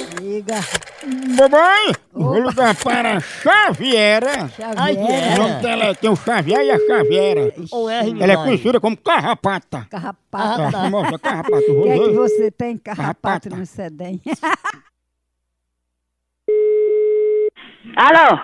lugar. Mamãe, vou ligar para a Xaviera. O Xaviera. nome dela é- tem o Xavier e a Xaviera. Ou R, Ela é conhecida como Carrapata. Carrapato. Ah, Nossa, Carrapata. eu O vou que é que ver. você tem carrapato Carrapato. no sedém? Alô?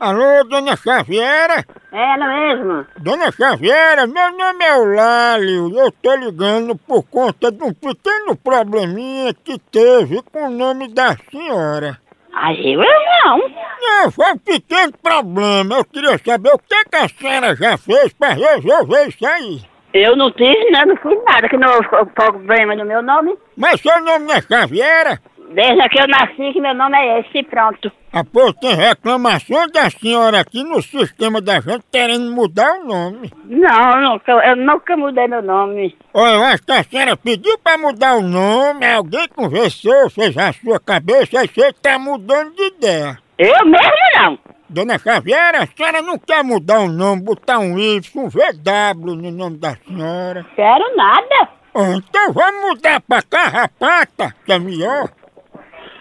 Alô, dona Xaviera? É ela mesmo? Dona Xaviera, meu nome é Eulálio. Eu tô ligando por conta de um pequeno probleminha que teve com o nome da senhora. Ai, eu não. Não, foi um pequeno problema. Eu queria saber o que, que a senhora já fez para resolver isso aí. Eu não fiz nada, não fiz nada que não houve problema no meu nome. Mas seu nome não é Xaviera? Desde que eu nasci que meu nome é esse, pronto. Ah, pô, tem reclamação da senhora aqui no sistema da gente querendo mudar o nome. Não, eu nunca, eu nunca mudei meu nome. Olha, eu acho que a senhora pediu pra mudar o nome, alguém conversou, fez a sua cabeça, aí você tá mudando de ideia. Eu mesmo não. Dona Xaviera, a senhora não quer mudar o nome, botar um Y, um VW no nome da senhora. Quero nada. Ah, então vamos mudar pra Carrapata, que é melhor.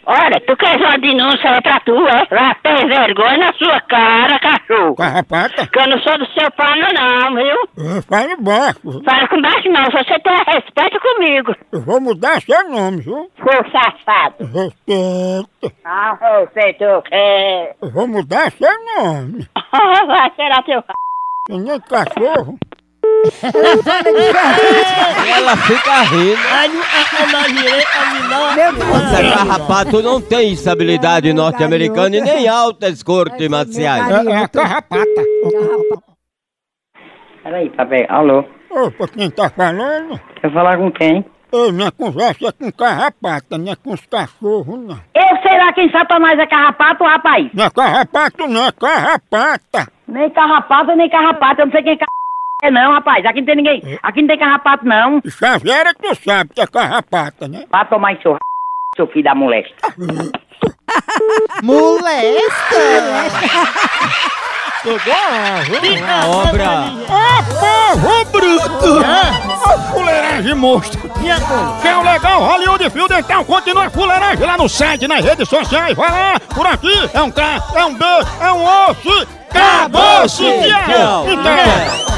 Olha, tu queres uma denúncia é pra tu, é? Vai ter vergonha na sua cara, cachorro. Carrapata? Que eu não sou do seu pano não, viu? Eu falo baixo. Fala com baixo não, você tem respeito comigo, Eu vou mudar seu nome, viu? seu safado. Respeito. Ah, respeito o quê? Eu vou mudar seu nome. Vai, será teu... Que nem cachorro. Ela fica rindo. Alho, a- alagirei, alilá. Meu Deus. Essa carrapato não tem estabilidade norte-americana e nem altas cortes marciais. É, é a Carrapata. Carrapato. Peraí, papai, alô. Opa, quem tá falando? Quer falar com quem? Ei, minha conversa é com carrapata, não é com os cachorros, não. Eu sei lá quem sabe pra nós é carrapato, rapaz. Não é carrapato, não, é carrapata. Nem carrapato, nem carrapato. Eu não sei quem car- é não, rapaz. Aqui não tem ninguém. Aqui não tem carrapato, não. Xaviera, tu sabe que é carrapata, né? Vá tomar em seu r... seu filho da molesta. Pegou a árvore. Uma obra. Ô, povo bruto! É? Ô, fuleiragem monstro! E agora? Quem é o legal Hollywood Field, então continua fuleiragem lá no site, nas redes sociais, vai lá! Por aqui é um K, é um B, é um osso! Acabou-se, Acabou-se, Tiago! Tiago. Então...